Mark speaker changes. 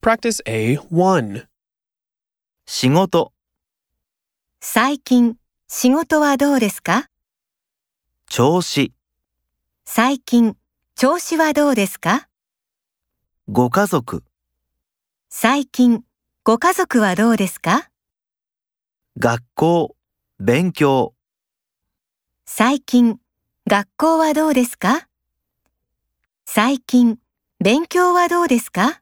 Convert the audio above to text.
Speaker 1: Practice A1.
Speaker 2: 仕事、
Speaker 3: 最近、仕事はどうですか
Speaker 2: 調子、
Speaker 3: 最近、調子はどうですか
Speaker 2: ご家族、
Speaker 3: 最近、ご家族はどうですか
Speaker 2: 学校、勉強、
Speaker 3: 最近、学校はどうですか最近、勉強はどうですか